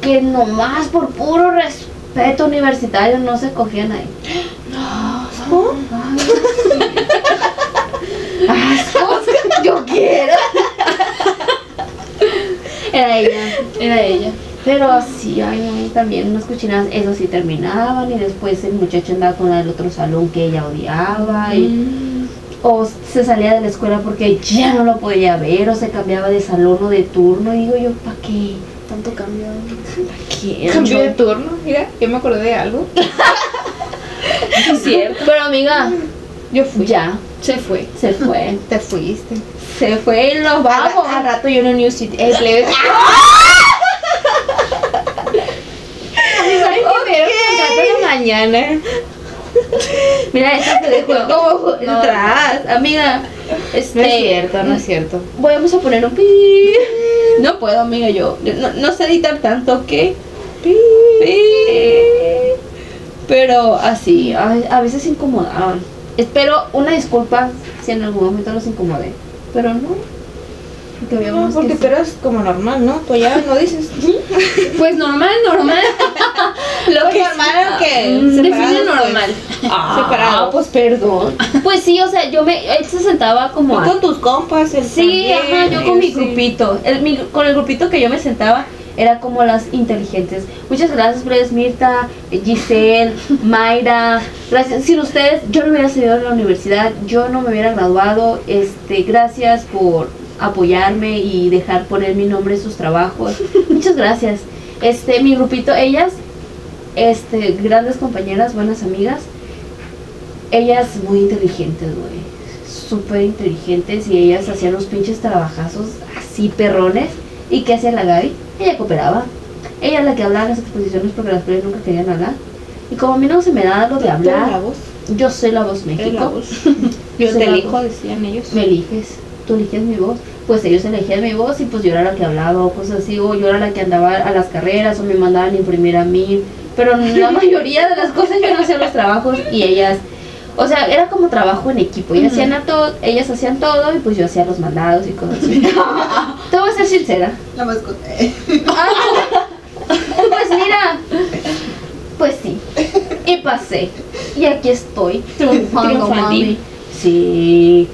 A: que nomás por puro respeto universitario no se cogían ahí.
C: ¿Cómo?
A: ¡Asco! ¡Yo quiero! Era ella.
B: Era ella.
A: Pero sí, ay, no, y también unas cochinadas, eso sí terminaban y después el muchacho andaba con la del otro salón que ella odiaba y, o se salía de la escuela porque ya no lo podía ver o se cambiaba de salón o de turno y digo yo, ¿para qué?
B: Tanto cambio.
A: ¿Para
C: Cambié de
A: qué?
C: turno, mira, yo me acordé de algo.
A: Sí, cierto. Pero amiga,
C: Yo fui.
A: ya,
B: Se fue.
A: se fue.
C: Te fuiste.
A: Se fue, lo
C: Al,
A: vamos.
C: al rato yo en New City. eh, Ey, plebes. Ay, qué mero, contrato de mañana.
A: Mira, esta se dejó como
C: No.
A: atrás. Amiga, este.
C: No es cierto, no es cierto.
A: Vamos a poner un pi. No puedo, amiga, yo. No, no sé editar tanto que. Pero así, a, a veces incomodaban. Espero una disculpa si en algún momento los incomodé. Pero no. Porque había
C: No,
A: unos
C: porque
A: que
C: tú eras como normal, ¿no? Tú ya no dices.
B: Pues normal, normal.
C: Lo que normal o que
B: Define normal.
A: sí- Ah,
C: Separado, pues perdón.
A: Pues sí, o sea, yo me. Él se sentaba como.
C: Tú
A: a-
C: con tus compas, el
A: Pues Sí,
C: también, este,
A: ajá, yo con mi
C: sí.
A: grupito. El- mi- con el grupito que yo me sentaba era como las inteligentes. Muchas gracias, Fred Mirta, Giselle, Mayra. Gracias. Sin ustedes, yo no hubiera salido de la universidad, yo no me hubiera graduado. Este, gracias por apoyarme y dejar poner mi nombre en sus trabajos. Muchas gracias. Este, mi grupito, ellas, este, grandes compañeras, buenas amigas. Ellas muy inteligentes, güey. Súper inteligentes y ellas hacían los pinches trabajazos así perrones. ¿Y qué hacía la Gaby? Ella cooperaba. Ella es la que hablaba en las exposiciones porque las playas nunca querían hablar. Y como a mí no se me da lo de
C: la
A: hablar,
C: voz.
A: yo soy la voz
C: Eres la
A: México.
C: voz.
A: Yo
C: Yo
A: soy
C: te
A: la
C: elijo,
A: voz.
C: decían ellos.
A: Me eliges, tú eliges mi voz. Pues ellos elegían mi voz y pues yo era la que hablaba o cosas así, o yo era la que andaba a las carreras o me mandaban a imprimir a mí. Pero la mayoría de las cosas yo no hacía los trabajos y ellas, o sea, era como trabajo en equipo. Ellas, hacían a todo, ellas hacían todo y pues yo hacía los mandados y cosas así. Te voy a ser sincera.
D: La mascota. eh.
A: Pues mira, pues sí. Y pasé. Y aquí estoy, triunfando, mami.
C: Triunfantín.
A: Sí.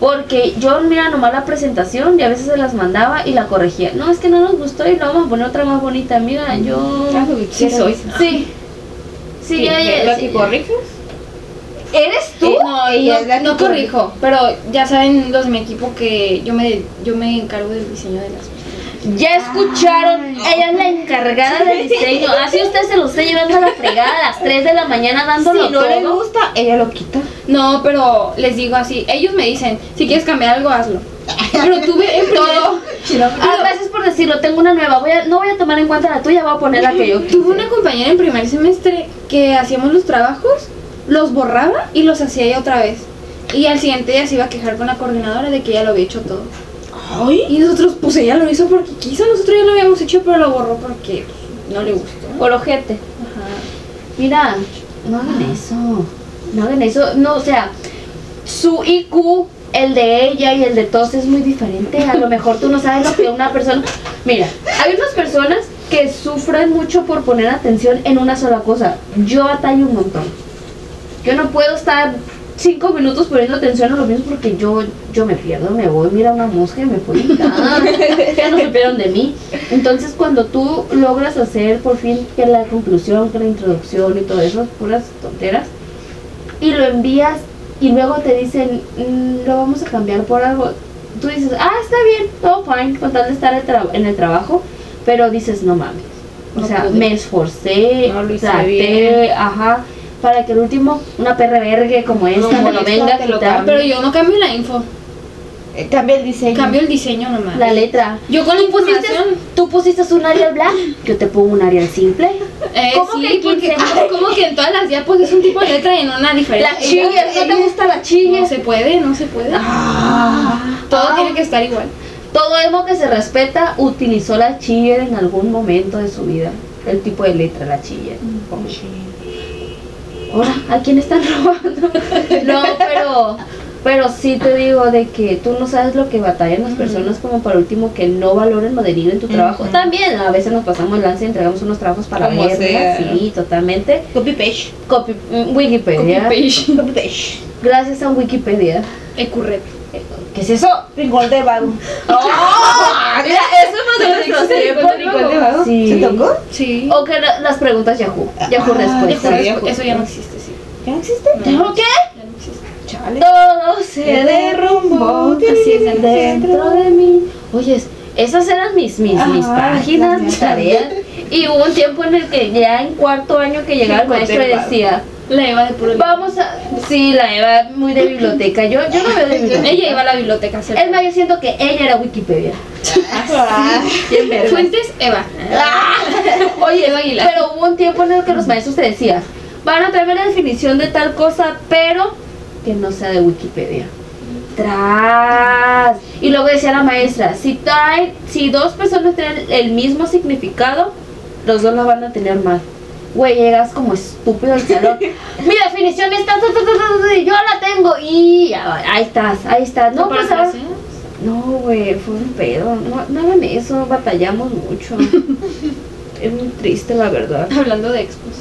A: Porque yo, mira, nomás la presentación y a veces se las mandaba y la corregía. No, es que no nos gustó y no vamos a poner otra más bonita. Mira, yo.
C: Ah, sí soy.
A: Sí. Sí,
C: ¿Qué-
A: ya,
C: qué-
A: ya,
C: ¿La
A: sí, ya.
C: que corriges?
A: ¿Eres tú?
B: Eh, no,
D: Ella
B: no-
D: es la que
B: no
D: corrige.
B: corrijo, pero ya saben los de mi equipo que yo me, yo me encargo del diseño de las
A: Ya escucharon, ella es la encargada del diseño. Así usted se lo está llevando a la fregada a las 3 de la mañana dándolo
C: Si no le
A: todo.
C: gusta, ella lo quita.
B: No, pero les digo así, ellos me dicen, si quieres cambiar algo, hazlo. Pero tuve en todo.
D: Chino.
A: Ah, gracias por decirlo, tengo una nueva. Voy a, no voy a tomar en cuenta la tuya, voy a poner la que yo quise.
B: Tuve una compañera en primer semestre que hacíamos los trabajos, los borraba y los hacía ella otra vez. Y al siguiente día se iba a quejar con la coordinadora de que ella lo había hecho todo.
C: Ay.
B: Y nosotros, pues ella lo hizo porque quiso, nosotros ya lo habíamos hecho, pero lo borró porque pues, no le gustó.
A: Por ojete.
B: Ajá.
A: Mira, no hagan eso. No hagan eso. No, o sea, su IQ, el de ella y el de todos es muy diferente. A lo mejor tú no sabes lo que una persona. Mira, hay unas personas que sufren mucho por poner atención en una sola cosa. Yo batallo un montón. Yo no puedo estar cinco minutos poniendo atención a lo mismo porque yo, yo me pierdo, me voy, mira una mosca y me voy. Ah, ya no supieron de mí. Entonces cuando tú logras hacer por fin que la conclusión, que la introducción y todo eso, puras tonteras, y lo envías y luego te dicen, "Mm, lo vamos a cambiar por algo, tú dices, ah, está bien, todo fine, con tal de estar el tra- en el trabajo, pero dices, no mames. O
C: No
A: sea,
C: pude.
A: me esforcé,
C: No lo hice
A: traté,
C: bien.
A: ajá, para que el último, una perra vergue como esta,
C: Como
A: me lo
C: esta,
A: venga a
C: te lo
A: quitar
B: Pero yo no cambio la info,
C: Eh, Cambia el diseño.
B: cambio el diseño nomás.
A: la letra.
B: Yo con la
A: Tú pusiste,
B: información.
A: tú pusiste un área black, yo te pongo un área simple.
B: Eh,
A: ¿Cómo
B: sí,
A: que hay
B: porque
A: 15?
B: como que en todas las diapos es un tipo de letra y en una diferente.
A: La chilla, ¿no te gusta la chilla?
B: No se puede, no se puede.
A: Ah.
B: Todo tiene que estar igual.
A: Todo emo que se respeta utilizó la chiller en algún momento de su vida. El tipo de letra, la chiller. Ahora, ¿a quién están robando? No, pero, pero sí te digo de que tú no sabes lo que batallan las personas como para último que no valoren o denigren tu trabajo.
C: Ujú.
A: También a veces nos pasamos lanza y entregamos unos trabajos para
C: Como
A: verla,
C: sea, ¿no?
A: sí, totalmente.
C: Copy page.
A: Copy, mm, Wikipedia.
C: Copy page.
A: Gracias a Wikipedia.
B: Ecurret.
A: ¿Qué es eso?
D: Rincón de vago.
A: Mira, eso es más de nuestros tiempos. Oh,
C: Rincón de vago.
A: Sí.
D: ¿Se tocó?
B: pues, Sí.
A: O que la- las preguntas Yahoo. Ah, Yahoo
B: Ecurret,
A: respuesta.
C: Yahoo. Sería
B: eso ya no existe, sí.
C: ¿Ya no existe?
A: ¿Tengo qué?
B: Ya no existe.
C: Chale.
A: Todo se derrumbó
C: derrumbó
A: dentro de mí. Oye, esas eran mis, mis, mis
C: Ajá,
A: páginas,
C: las
A: mis
C: mías
A: tareas. Y hubo un tiempo en el que ya en cuarto año que llegaba el maestro y decía,
B: La Eva de puro libro.
A: vamos a... Sí, la Eva muy de biblioteca. Yo, yo no veo de biblioteca.
B: Ella iba a la biblioteca a hacer-
A: Es más, yo siento que ella era Wikipedia.
C: Ah,
A: Bien verga.
B: Fuentes, Eva.
A: Oye,
B: Eva Aguilar.
A: pero hubo un tiempo en el que los maestros te decían, van a traerme la definición de tal cosa, pero que no sea de Wikipedia. Tras. Y luego decía la maestra, si traen, si dos personas tienen el mismo significado, los dos la van a tener mal. Güey, llegas como estúpido al salón. Mi definición es tan, tan, tan, tan, tan, tan, y yo la tengo. Y ya, ahí estás, ahí estás. No, pues ahora-
B: ¿eh?
A: no, güey, fue un pedo. No, no hagan eso, batallamos mucho. es muy triste, la verdad.
B: Hablando de expos.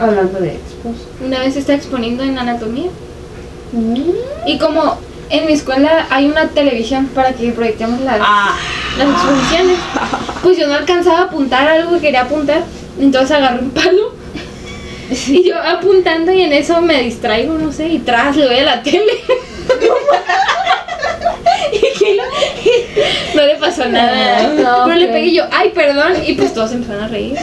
A: Hablando de expos.
B: Una vez está exponiendo en anatomía
A: Mm.
B: Y como en mi escuela hay una televisión para que proyectemos las,
A: Ah,
B: las exposiciones, pues yo no alcanzaba a apuntar algo que quería apuntar, entonces agarré un palo y yo apuntando y en eso me distraigo, no sé, y tras le doy a la tele. Y que no- no le pasó nada.
A: No,
B: Pero le
A: ok.
B: pegué y yo, ay, perdón, y pues todos empezaron a reír.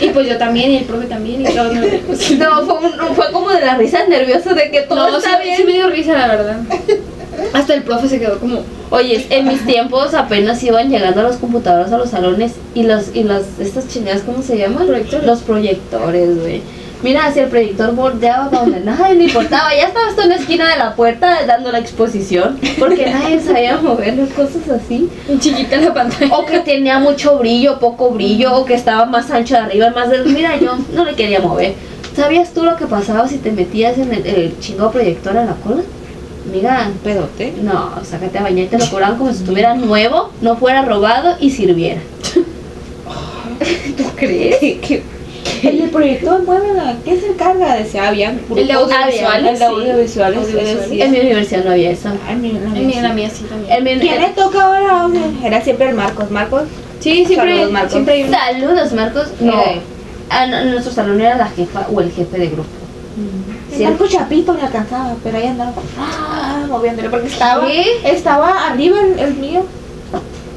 B: Y pues yo también, y el profe también, y todos nos reímos.
A: No, fue, un- fue como de las risas nerviosas de que todo
B: no,
A: está
B: sí,
A: bien.
B: sí me dio risa, la verdad. Hasta el profe se quedó como,
A: Oye, en mis tiempos apenas iban llegando las computadoras a los salones y los y las estas chingadas ¿cómo se llaman?
B: Proyectores.
A: Los proyectores, güey. Mira, si el proyector bordeaba para donde nadie le importaba, ya estaba hasta en la esquina de la puerta dando la exposición, porque nadie sabía moverlo, cosas así.
B: Chiquita la pantalla.
A: O que tenía mucho brillo, poco brillo, o que estaba más ancho de arriba, más de... Mira, yo no le quería mover. ¿Sabías tú lo que pasaba si te metías en el, el chingado proyector a la cola? Mira,
C: Pedote.
A: no, sácate a bañar y te lo cobraban como si estuviera nuevo, no fuera robado y sirviera. ¿Tú crees?
C: ¿Qué, qué, qué? El del proyector, muévela. ¿Qué se encarga? Decía, había grupos
B: El de audiovisuales,
C: El de audiovisuales.
B: sí.
C: yo decía,
A: En mi universidad no había eso.
C: Ay, mira, la
B: Ay, mira, la
C: mía.
B: mía sí también.
A: En mi-
C: ¿Quién le toca ahora? O sea, Era siempre el Marcos. Marcos.
B: Sí, siempre,
C: Saludos, Marcos.
B: siempre hay un...
A: Saludos, Marcos. No.
C: Mira, eh.
A: Ah, no, en nuestro salón era la jefa o el jefe de grupo.
C: El
A: Sí.
C: Marcos Chapito me alcanzaba, pero ahí andaba ah, moviéndole porque estaba,
A: ¿Qué?
C: estaba arriba el, el mío.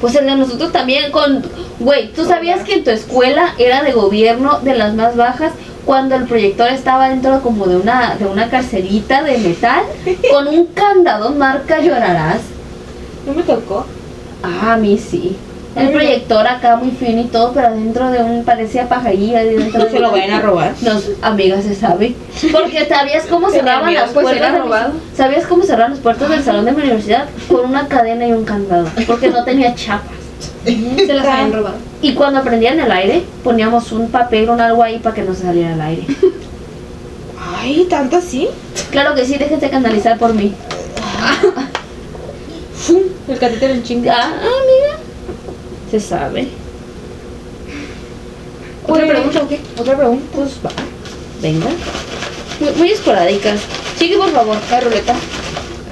A: Pues el de nosotros también con... Güey, ¿tú sabías que en tu escuela era de gobierno de las más bajas cuando el proyector estaba dentro como de una, de una carcelita de metal con un candado marca llorarás?
C: No me tocó.
A: Ah, a mí sí. El
C: Ay, no.
A: proyector acá muy fino y todo, pero dentro de un parecía pajaría. Dentro
C: No
A: de
C: se lo vayan a robar.
A: Nos, amigas, se sabe. Porque sabías cómo
B: Pero
A: cerraban
B: amigas,
A: las
B: pues,
A: puertas.
B: era
A: de mi-
B: robado.
A: sabías cómo cerraban las puertas del salón de mi universidad con una cadena y un candado. Porque no tenía chapas.
B: Se las habían robado.
A: Y cuando prendían el aire, poníamos un papel, un algo ahí para que no se saliera el aire.
C: Ay, tanto así.
A: Claro que sí, déjense canalizar por mí.
C: ¡Fum! El catéter en chinga.
A: Ah, amiga. Se sabe.
B: ¿Otra pregunta o qué?
C: Otra pregunta.
A: Pues va. Venga. Muy, muy esporádicas. Sigue, por favor.
C: La ruleta.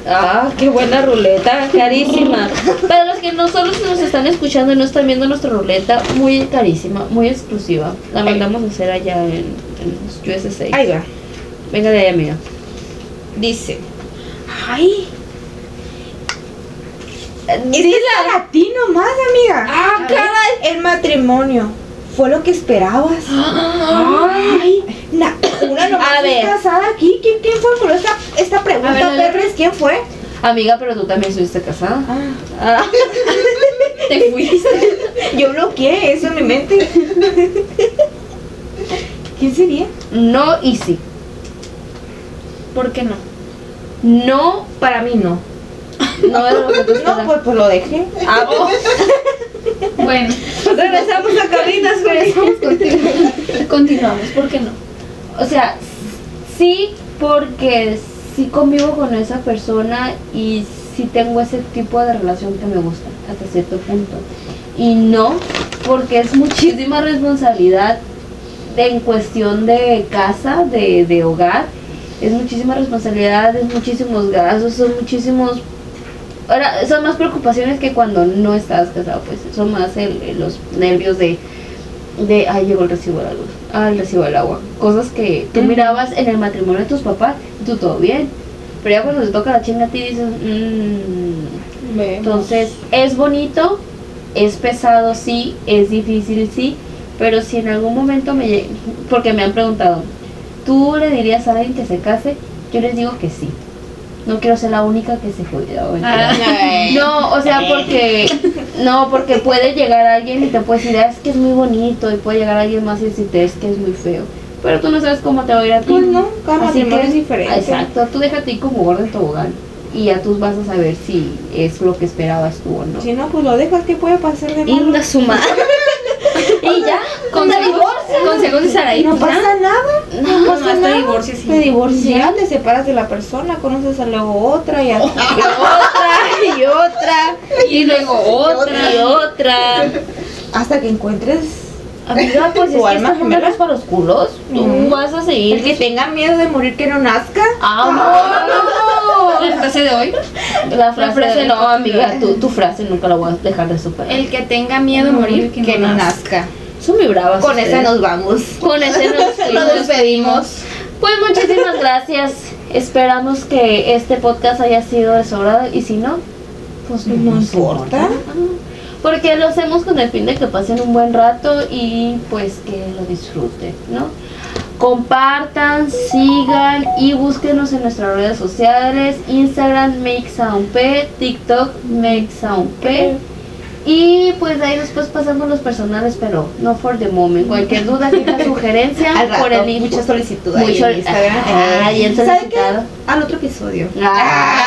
A: Ah, qué buena ruleta, carísima. Para los que no solo nos están escuchando y no están viendo nuestra ruleta, muy carísima, muy exclusiva. La mandamos a hacer allá en, en los USA.
C: Ahí va.
A: Venga de ahí, amiga.
C: Dice. Ay. Es
A: Dila.
C: que es para ti nomás, amiga.
B: Ah, caray.
C: El matrimonio. Fue lo que esperabas. Ay, na- una nomás
A: A ver.
C: es casada aquí. ¿Quién, quién fue? Pero esta, esta pregunta,
B: A ver, dale.
C: Perres, ¿quién fue?
A: Amiga, pero tú también estuviste casada.
C: Ah,
A: Ah,
B: Te fuiste.
C: yo bloqueé eso en mi mente. ¿Quién sería?
A: no y sí.
B: ¿Por qué no?
A: No,
C: Para mí no.
A: no es lo que tú
C: No, pues, pues lo dejé.
A: Ah,
B: Bueno,
C: Regresamos a cabinas, güey.
B: continuamos. ¿Por qué no?
A: O sea, sí, porque sí convivo con esa persona y sí tengo ese tipo de relación que me gusta hasta cierto punto. Y no, porque es muchísima responsabilidad de- en cuestión de casa, de, de hogar. Es muchísima responsabilidad, es muchísimos gastos, son muchísimos... Ahora, son más preocupaciones que cuando no estás casado, pues son más el- el- los nervios de de ay llegó el recibo de la luz, ay el recibo del agua, cosas que tú mirabas en el matrimonio de tus papás y tú todo bien, pero ya cuando te toca la chinga a ti dices, "Mm". entonces es bonito, es pesado sí, es difícil sí, pero si en algún momento me lle- porque me han preguntado, ¿tú le dirías a alguien que se case? Yo les digo que sí. No quiero ser la única que se jode. no, mentira.
B: Ah.
A: No, o sea,
C: Eh.
A: porque no, porque puede llegar alguien y te puede decir, "Ah, es que es muy bonito, y puede llegar alguien más y decirte, es que es muy feo. Pero tú no sabes cómo te va a ir a ti.
C: Pues no, cada
A: Así
C: matrimonio
A: que-
C: es diferente.
A: Exacto, tú déjate ir como gordo en tobogán y ya tú vas a saber si es lo que esperabas tú o no.
C: Si no, pues lo dejas. ¿Qué puede pasar de malo?
A: Inda su madre. y ya,
B: Consejos, consejos de Saraí.
C: No
B: pues, ya.
C: pasa nada. No,
B: No,
C: pasa
B: hasta
C: nada.
B: divorcio, sí.
C: Te divorcias, te separas de la persona, conoces a luego otra y a
A: otra y otra
B: Y luego otra.
A: y otra.
C: hasta que encuentres
A: Amiga, pues
C: Tu
A: es que
C: alma
A: esta gente no
C: gemela.
A: es para los culos. Tú
C: Mm.
A: vas a seguir
C: el que tenga miedo de morir que no nazca.
A: ¡Vámonos!
B: La frase de hoy.
A: La frase,
B: frase
A: no,
B: del
A: amiga, tu, tu frase nunca la voy a dejar de superar.
B: El que tenga miedo a morir, que, no nazca.
A: Son muy bravas.
C: Con esa
A: ustedes.
C: nos vamos.
A: Con ese nos fuimos. Pues muchísimas gracias. Esperamos que este podcast haya sido de su agrado, y si no, pues no,
C: No
A: nos
C: importa.
A: Porque lo hacemos con el fin de que pasen un buen rato y pues que lo disfruten, ¿no? Compartan, sigan y búsquenos en nuestras redes sociales, Instagram Make Sound P, TikTok Make Sound P. Y pues de ahí después pasamos los personales, pero no for the moment. Cualquier duda, queja, sugerencia,
D: Al rato,
A: por el link.
D: mucha solicitud ahí
A: Mucho
D: en Instagram.
A: Ah, bien
D: ¿Sabe qué?
A: solicitado.
D: Al otro episodio.
A: Ah.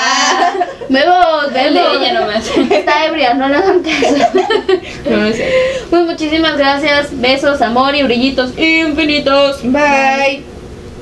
A: Vemos,
B: El de ella
A: vemos.
B: nomás.
A: Está ebria, no le hagan caso.
C: No, no sé.
A: Pues muchísimas gracias. Besos, amor y brillitos infinitos.
C: Bye.